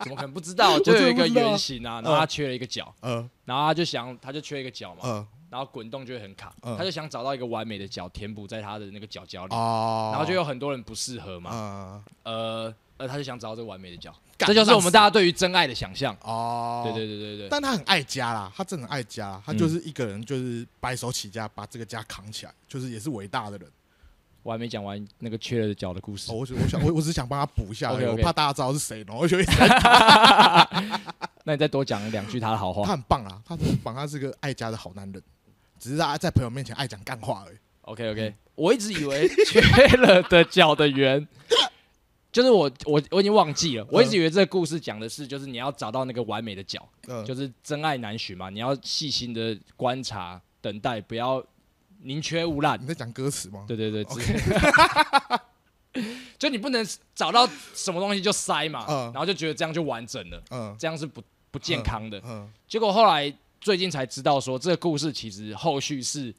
S2: 怎么可能不知道？就
S1: 真的
S2: 有一个
S1: 不知道
S2: 圆形啊，然后它缺了一个角，
S1: 呃
S2: 然后他就想，他就缺一个角嘛，
S1: 呃
S2: 然后滚动就会很卡，
S1: 嗯
S2: 他就想找到一个完美的角填补在他的那个角角里，
S1: 哦，
S2: 然后就有很多人不适合嘛，
S1: 呃
S2: 呃呃，他就想找到这个完美的角，
S1: 干
S2: 这就是我
S1: 烂死
S2: 们大家对于真爱的想象。
S1: 哦，
S2: 对对对对对，
S1: 但他很爱家啦，他真的很爱家啦，他
S2: 嗯
S1: 就是一个人就是白手起家把这个家扛起来，就是也是伟大的人。
S2: 我还没讲完那个缺了的脚的故事
S1: 哦，。我只我想我我只是想帮他补一下而已，我
S2: OK，OK
S1: 怕大家知道是谁，然后就一直
S2: 那你再多讲两句他的好
S1: 他
S2: 话。
S1: 很棒啊啦，他真的很棒，他是个爱家的好男人，只是他在朋友面前爱讲干话而已。
S2: OK
S1: 嗯
S2: OK，我一直以为 缺了的脚的圆，就是我我我已经忘
S1: 嗯
S2: 记了，我一直以为这个故事讲的是就是你要找到那个完美的脚，
S1: 嗯，
S2: 就是真爱难寻嘛，你要细心的观察等待，不要宁缺毋滥。
S1: 你在讲歌词吗？
S2: 对对对，之类的 就你不能找到什么东西就塞嘛，
S1: 嗯
S2: 然后就觉得这样就完整了，
S1: 嗯
S2: 这样是不不健康的。
S1: 嗯
S2: 结果后来最近才知道说，这个故事其实后续是，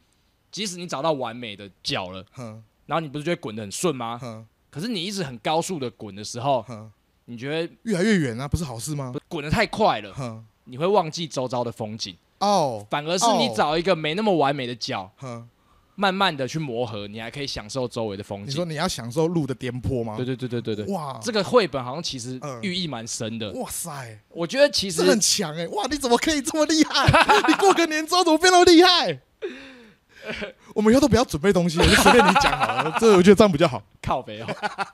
S2: 即使你找到完美的脚了，
S1: 哼
S2: 然后你不是就会滚得很顺吗？
S1: 哼
S2: 可是你一直很高速的滚的时候，
S1: 哼，
S2: 你觉得
S1: 越来越远啊，不是好事吗？
S2: 滚得太快了，
S1: 哼
S2: 你会忘记周遭的风景，
S1: 哦嗯
S2: 反而是你找一个没那么完美的脚，
S1: 哼，
S2: 慢慢的去磨合，你还可以享受周围的风
S1: 你说
S2: 景。
S1: 你要享受路的颠簸吗？
S2: 对对对对对对，
S1: 哇，
S2: 这个绘本好像其实
S1: 啊嗯
S2: 寓意蛮深的。
S1: 哇塞，
S2: 我觉得其
S1: 这
S2: 实
S1: 很强哎！哇，你怎么可以这么厉害？ 你过个年之后怎么变那么厉害？ 我们以后都不要准备东西了，就随便你讲好了。这我觉得这样比较好。
S2: 靠北哦，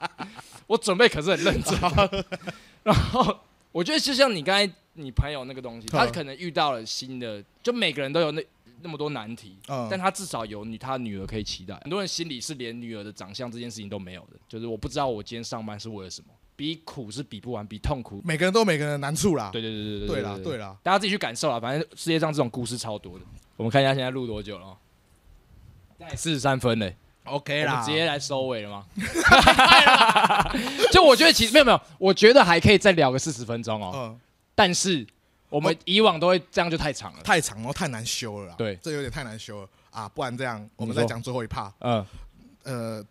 S2: 我准备可是很认 真的。然后我觉得就像你刚才你朋友那个东西，他
S1: 嗯
S2: 可能遇到了新的，就每个人都有那那么多难题，
S1: 嗯
S2: 但他至少有女他女儿可以期待。很多人心里是连女儿的长相这件事情都没有的，就是我不知道我今天上班是为了什么，比苦是比不完，比痛苦。
S1: 每个人都有每个人的难处啦。
S2: 对对对对
S1: 对啦
S2: 对，
S1: 对啦，
S2: 大家自己去感受啦，啊反正世界上这种故事超多的。我们看一下现在录多久了哦，四十三分嘞。
S1: ，OK
S2: 我们直接来收尾了吗？ 就我觉得其实没有没有，我觉得还可以再聊个四十分钟哦。
S1: 嗯，
S2: 但是我们以往都会这样就太长了。
S1: 太长然后太难修了啦。
S2: 对
S1: 这有点太难修了啊！不然这样，我们
S2: 你说
S1: 再讲最后一趴。
S2: 嗯
S1: 呃，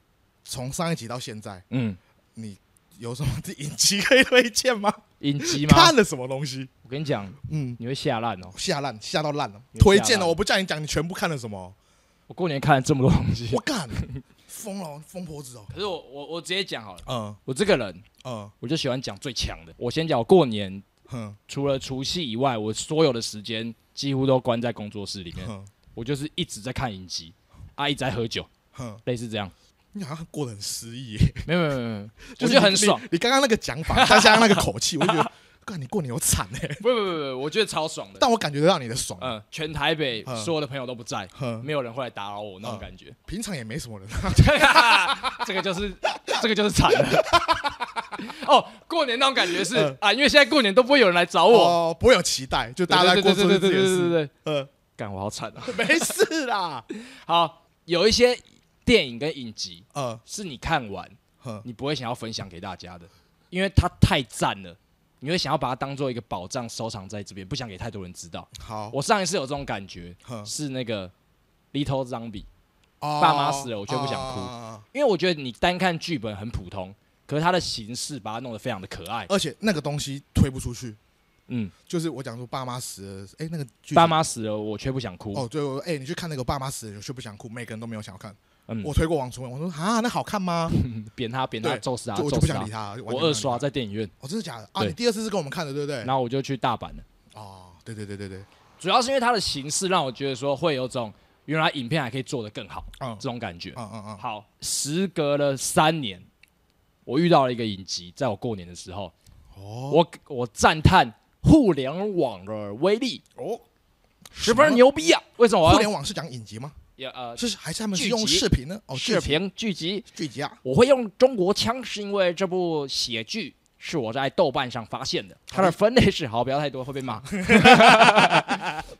S1: 从上一集到现在，
S2: 嗯，
S1: 你有什么影集可以推荐 吗？
S2: 影集吗？
S1: 看了什么东西？
S2: 我跟你讲，
S1: 嗯，
S2: 你会吓烂哦！
S1: 吓烂，吓到烂了
S2: 你。
S1: 推荐
S2: 吓
S1: 了，
S2: 烂
S1: 我不叫你讲，你全部看了什 么？
S2: 我过年看了这么多东西
S1: 我，干，疯了，疯婆子哦。
S2: 可是我我我直接讲好了，
S1: 嗯
S2: 我这个人
S1: 嗯
S2: 我就喜欢讲最强的。我先讲，我过年
S1: 哼
S2: 除了除夕以外，我所有的时间几乎都关在工作室里面，
S1: 哼
S2: 我就是一直在看影集，啊，一直在喝酒，
S1: 哼，
S2: 类似这样。
S1: 你好像过得很失意 耶。
S2: 没有没有没有没有，
S1: 就是
S2: 我觉得
S1: 你
S2: 很爽。
S1: 你。你刚刚那个讲法，他现在那个口气，我就觉得， 干你过年有惨哎。
S2: 不不不不，我觉得超爽的。
S1: 但我感觉得到你的 爽。
S2: 嗯，全台北
S1: 嗯
S2: 所有的朋友都不在，
S1: 哼，
S2: 没有人会来打扰我那种
S1: 嗯
S2: 感觉。
S1: 平常也没什么人。
S2: 这个就是这个就是惨了。哦，过年那种感觉是
S1: 嗯
S2: 啊，因为现在过年都不会有人来找我，
S1: 哦，不会有期待，就大家在
S2: 对对
S1: 过
S2: 对
S1: 春
S2: 对
S1: 节
S2: 对对对对
S1: 是，
S2: 对，对
S1: 呃，
S2: 干我好惨啊。
S1: 没事啦，
S2: 好，有一些电影跟影集
S1: 呃，
S2: 是你看完
S1: 哼，
S2: 你不会想要分享给大家的，因为它太赞了。你会想要把它当做一个宝藏收藏在这边，不想给太多人知道。
S1: 好，
S2: 我上一次有这种感觉，
S1: 哼，
S2: 是那个《Little Zombie》，爸
S1: 爸
S2: 妈死了我却不想哭
S1: 哭。
S2: 因为我觉得你单看剧本很普通，可是它的形式把它弄得非常的可爱。
S1: 而且那个东西推不出去，
S2: 嗯，
S1: 就是我讲说爸妈死了，哎、那个剧
S2: 爸妈死了我却不想哭。
S1: 哦，对，我哎、你去看那个爸妈死了，我却不想哭，每个人都没有想要看。
S2: 嗯，
S1: 我推过王楚文，我说啊，那好看吗？
S2: 扁他扁他，
S1: 对
S2: 揍死他，
S1: 就我就
S2: 揍
S1: 不
S2: 死
S1: 想
S2: 他
S1: 理。他，完全不
S2: 我
S1: 想理
S2: 二刷
S1: 他
S2: 在电影院，
S1: 哦，真的假的啊？
S2: 对
S1: 你第二次是跟我们看的，对不对？
S2: 然后我就去大阪了。
S1: 哦，对对对对对，
S2: 主要是因为它的形式让我觉得说会有种原来影片还可以做得更好
S1: 嗯
S2: 这种感觉。
S1: 嗯嗯嗯，
S2: 好，时隔了三年，我遇到了一个影集，在我过年的时候，
S1: 哦
S2: 我我赞叹互联网的威力
S1: 哦，
S2: 十分牛逼啊！为什么我
S1: 互
S2: 要
S1: 联网是讲影集吗？
S2: 也呃
S1: 是还是他们是
S2: 剧
S1: 用
S2: 集
S1: 视频呢？哦，
S2: 视
S1: 剧集
S2: 频剧集？
S1: 剧集啊，
S2: 我会用中国腔，是因为这部写剧是我在豆瓣上发现的，它的分类是好，不要太多会被 骂。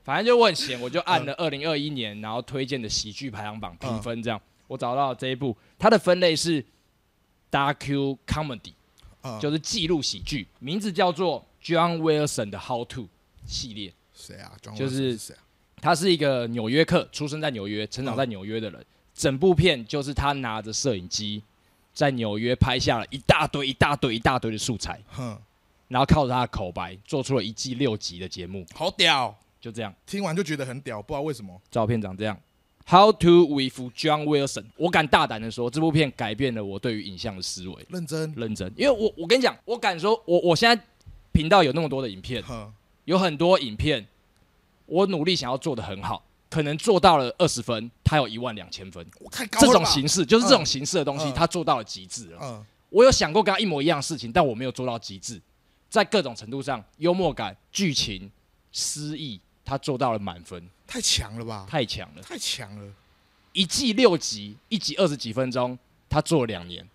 S2: 反正就我很闲，我就按了二零二一年然后推荐的喜剧排行榜评分，这样、我找到了这一部，它的分类是 docu comedy，、
S1: 啊，
S2: 就是记录喜剧，名字叫做 John Wilson 的 How to 系列。
S1: 谁啊？John
S2: 就是
S1: Wilson 谁啊？
S2: 他是一个纽约客，出生在纽约，成
S1: 嗯
S2: 长在纽约的人。整部片就是他拿着摄影机在纽约拍下了一大堆、一大堆、一大堆的素材，
S1: 哼，
S2: 然后靠着他的口白做出了一季六集的节目，
S1: 好屌！
S2: 就这样，
S1: 听完就觉得很屌，不知道为什么。
S2: 照片长这样。How to with John Wilson，我敢大胆的说，这部片改变了我对于影像的思维，
S1: 认真，
S2: 认真。因为我我跟你讲，我敢说，我我现在频道有那么多的影片，
S1: 哼，
S2: 有很多影片，我努力想要做的很好，可能做到了二十分，它有一万两千分。
S1: 我太高了吧
S2: 这种，形式，就是这种形式的东西，
S1: 嗯
S2: 他做到了极致了。
S1: 嗯，
S2: 我有想过跟他一模一样的事情，但我没有做到极致。在各种程度上，幽默感、剧情、诗意，他做到了满分，
S1: 太强了吧？
S2: 太强了！
S1: 太强了，
S2: 一季六集，一集二十几分钟，他做了两年，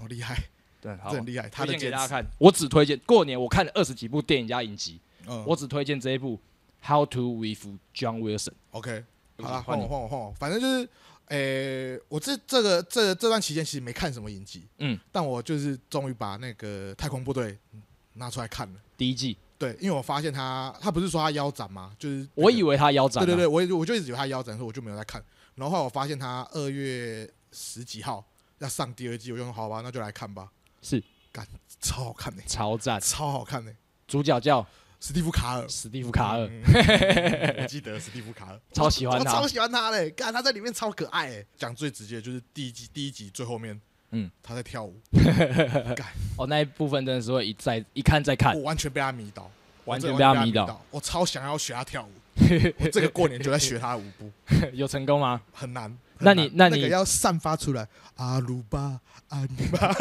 S1: 好厉害，
S2: 对，好
S1: 这，很厉害。他
S2: 推
S1: 的
S2: 荐给
S1: 坚
S2: 大家
S1: 持，
S2: 看。我只推荐过年我看了二十几部电影加影集，
S1: 嗯，
S2: 我只推荐这一部《How to with John Wilson》。
S1: OK，
S2: 对不起
S1: 好啦，换
S2: 换你
S1: 我换我换我，反正就是，诶、我这这个这这段期间其实没看什么影集，
S2: 嗯，
S1: 但我就是终于把那个太空部队拿出来看了。
S2: 第一季，
S1: 对，因为我发现他，他不是说他腰斩吗？就是、
S2: 我以
S1: 为，
S2: 为他腰斩
S1: 对
S2: 了，
S1: 对对，我也我就一直以为他腰斩，所以我就没有在看。然后后来我发现他二月十几号要上第二季，我就说好吧，那就来看吧。
S2: 是，
S1: 干，超好看的、
S2: 超赞。
S1: 超好看的、
S2: 主角叫
S1: 史蒂夫卡尔，
S2: 史蒂夫·卡尔，
S1: 嗯我记得史蒂夫卡尔，
S2: 超 喜欢
S1: 我
S2: 他
S1: 超喜欢他嘞！看他在里面超可爱欸。讲最直接的就是第一集第一集最后面，
S2: 嗯
S1: 嗯，他在跳舞，
S2: 哦，那一部分真的是会一再一看再看
S1: 我，完全被他迷倒，
S2: 完全
S1: 我真的
S2: 被他迷
S1: 迷
S2: 倒。，
S1: 我超想要学他跳 舞，我这个过年就在学他的舞步，
S2: 有成功吗？
S1: 很难。很
S2: 那
S1: 难
S2: 你那
S1: 那
S2: 你
S1: 个要散发出来，阿鲁巴阿鲁巴，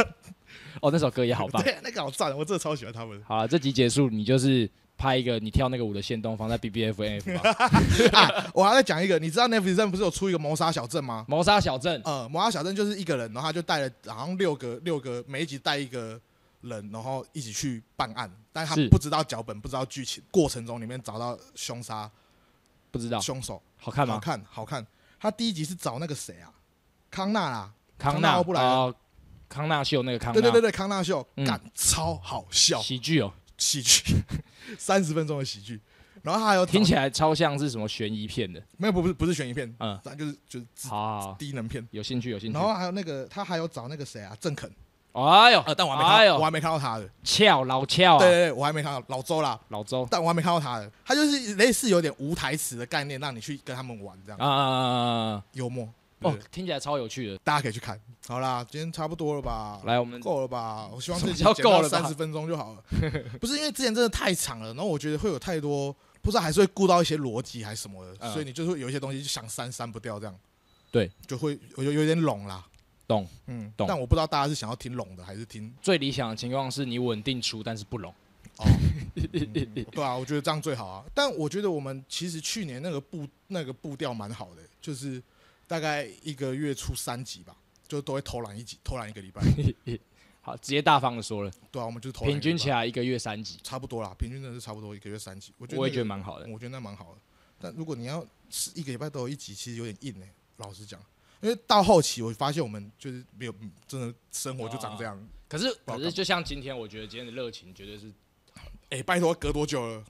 S2: 哦，那首歌也好 棒。
S1: 对，那个好赞，我真的超喜欢他们
S2: 好了，这集结束，你就是拍一个你跳那个舞的线动，放在 B B F N F 吧。
S1: 啊！我还在讲一个，你知道 Netflix 上不是有出一个谋杀小镇吗？
S2: 谋杀小镇，
S1: 呃，摩拉小镇就是一个人，然后他就带了好像六个六个，每一集带一个人，然后一起去办案，但是
S2: 是
S1: 他不知道脚本，不知道剧情，过程中里面找到凶杀
S2: 不知道
S1: 凶手，
S2: 好啊看
S1: 好
S2: 吗？
S1: 看好看。他第一集是找那个谁啊，康纳啦，
S2: 康
S1: 康纳
S2: 纳
S1: 奥布莱恩
S2: 哦，康纳秀那个康纳，
S1: 对对对对，康纳秀，
S2: 嗯
S1: 干、超好笑
S2: 喜剧哦，
S1: 喜剧， 三十分钟的喜剧。然后他还有找
S2: 听起来超像是什么悬疑片的。
S1: 没有不不是不是悬疑片，
S2: 嗯，
S1: 咱就是就是自
S2: 好好，好
S1: 低能片。
S2: 有兴趣有兴趣
S1: 然。后还有那个他还有找那个谁啊，郑肯，
S2: 哎呦，
S1: 呃但我还没
S2: 哎
S1: 看到，我
S2: 呦，
S1: 还没看到他的。
S2: 翘老翘
S1: 对对
S2: 啊，
S1: 对，我还没看到老周啦。
S2: 老周
S1: 但我还没看到他的，他就是类似有点无台词的概念，让你去跟他们玩这样，
S2: 啊啊啊啊啊！啊
S1: 幽默
S2: 哦
S1: 对，
S2: 听起来超有趣的。
S1: 大家可以去看。好啦，今天差不多了吧？
S2: 来，我们
S1: 够了吧？我希望这集
S2: 什么叫够了吧
S1: 三十分钟就好了， 不是因为之前真的太长了，然后我觉得会有太多，不知道还是会顾到一些逻辑还是什么的，
S2: 嗯
S1: 所以你就是会有一些东西就想删删不掉这样，
S2: 对，
S1: 就会有有有点拢啦，
S2: 懂，
S1: 嗯，
S2: 懂
S1: 但我不知道大家是想要听拢的还是 听
S2: 最理想的情况是你稳定出，但是不聋。
S1: 哦，嗯对啊，我觉得这样最好啊。但我觉得我们其实去年那个步那个步调蛮好的、就是大概一个月出三集吧，就都会偷懒一集，偷懒一个 礼拜。
S2: 好，直接大方的说了，
S1: 对啊，我们就是偷懒一
S2: 平
S1: 个礼拜
S2: 均起来一个月三集，
S1: 差不多啦，平均真的是差不多一个月三集。我觉得、那个、
S2: 我也觉得蛮好的。
S1: 我觉得那蛮好的。但如果你要是一个礼拜都有一集，其实有点硬哎、老实讲。因为到后期，我发现我们就是没有嗯真的生活就长这样。
S2: 可是，
S1: 好
S2: 可是就像今天，我觉得今天的热情绝对是
S1: 哎、拜托，隔多久了？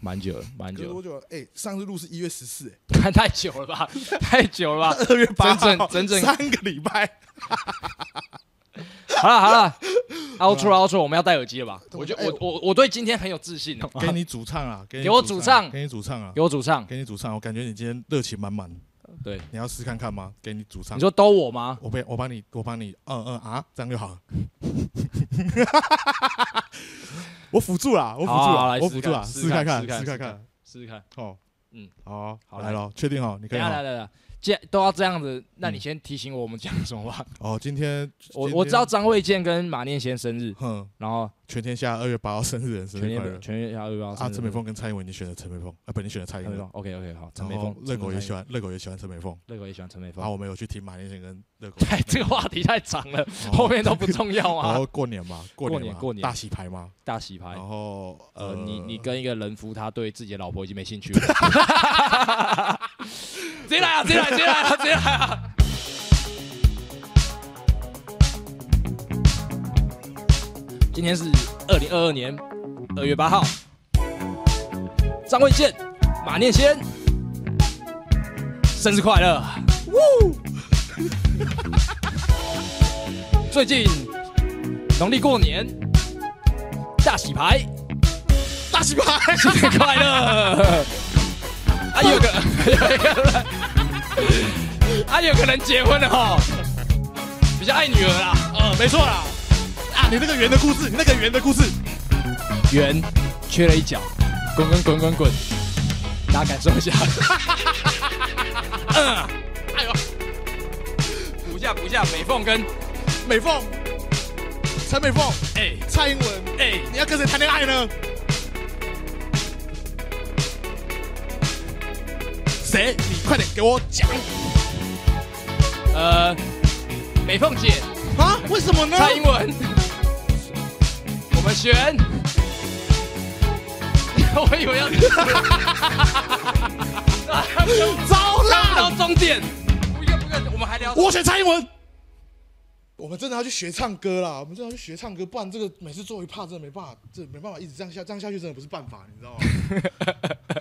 S2: 蛮久了，蛮
S1: 隔
S2: 久了
S1: 多，久了？哎、上次录是一月十四、哎，
S2: 看太久了吧， 太久了吧。
S1: 二月八号，
S2: 整整
S1: 三个礼拜。
S2: 好了 好了，outro outro，我们要戴耳机了吧？我觉
S1: 哎
S2: 得我我我对今天很有自信哦。
S1: 给你主唱啊，给你
S2: 给我
S1: 主
S2: 主唱
S1: 给你主唱啊，
S2: 给我主唱，
S1: 给你主唱。我感觉你今天热情满满，
S2: 对，
S1: 你要试看看吗？给你主唱
S2: 你。说兜我吗？
S1: 我被我帮你，我帮你，嗯嗯啊，这样就好了。 我辅助啦，我辅助
S2: 好
S1: 啦
S2: 啊来，
S1: 我
S2: 试
S1: 辅
S2: 试
S1: 助啦，
S2: 看试
S1: 试
S2: 试看
S1: 看，
S2: 试看
S1: 试看
S2: 试看
S1: 看。
S2: 试试看。
S1: 哦，
S2: 嗯，
S1: 好，
S2: 好
S1: 来咯，确定哦，你可以
S2: 等一下，来
S1: 咯。
S2: 来来，既然都要这样子，那你先提醒我我们讲什么吧。
S1: 哦，今天
S2: 我
S1: 今天
S2: 我知道张卫健跟马念先生日，
S1: 哼，
S2: 然后
S1: 全天下二月八号生日人生
S2: 全
S1: 日
S2: 年
S1: 快乐
S2: 全年要不要
S1: 啊！陈美凤跟蔡英文，你选了陈美凤，啊，不，你选了蔡英
S2: 陈美
S1: 文
S2: 凤。，OK OK 好，陈
S1: 然
S2: 美
S1: 后
S2: 凤，
S1: 热狗也喜
S2: 喜欢，
S1: 欢，热狗也喜欢陈美凤。
S2: 热狗也喜欢陈美
S1: 然后
S2: 凤。
S1: 我们有去听马念先跟热 狗。
S2: 太哎这个话题太长了，
S1: 然后
S2: 后面都不重要
S1: 然
S2: 啊。
S1: 后哦过年嘛，过
S2: 过
S1: 年
S2: 年
S1: 嘛
S2: 过年
S1: 大洗牌嘛，
S2: 大洗牌，
S1: 然后
S2: 呃，
S1: 呃，
S2: 你你跟一个人夫，他对自己的老婆已经没兴趣了。 直接来啊！直接来！直接来啊！直接来啊！今天是二零二二年二月八号，张卫健、马念先，生日快乐！最近农历过年，大洗牌，
S1: 大 洗牌，
S2: 新年快乐！啊，有个有一个人，啊， 有个人结婚了哈，比较爱女儿啦，呃，没错啦，
S1: 啊，你那个圆的故事，你那个圆的故事，
S2: 圆缺了一角，滚滚滚滚滚，大家感受一 下。嗯，哎呦，补一下补一下美凤跟，
S1: 美凤，陈美凤，
S2: 哎
S1: 蔡英文，
S2: 哎，
S1: 你要跟谁谈恋爱呢？谁？你快点给我讲
S2: 呃，美凤姐，
S1: 啊！为什么呢？
S2: 蔡英文，我们选。 我以为要
S1: 糟
S2: 到
S1: 啦！
S2: 终点。不用不用，我们还聊。
S1: 我选蔡英文。我们真的要去学唱歌啦！我们真的要去学唱歌，不然这个每次做一趴真的没办法，这没办法一直这样下，这样下去真的不是办法，你知道吗？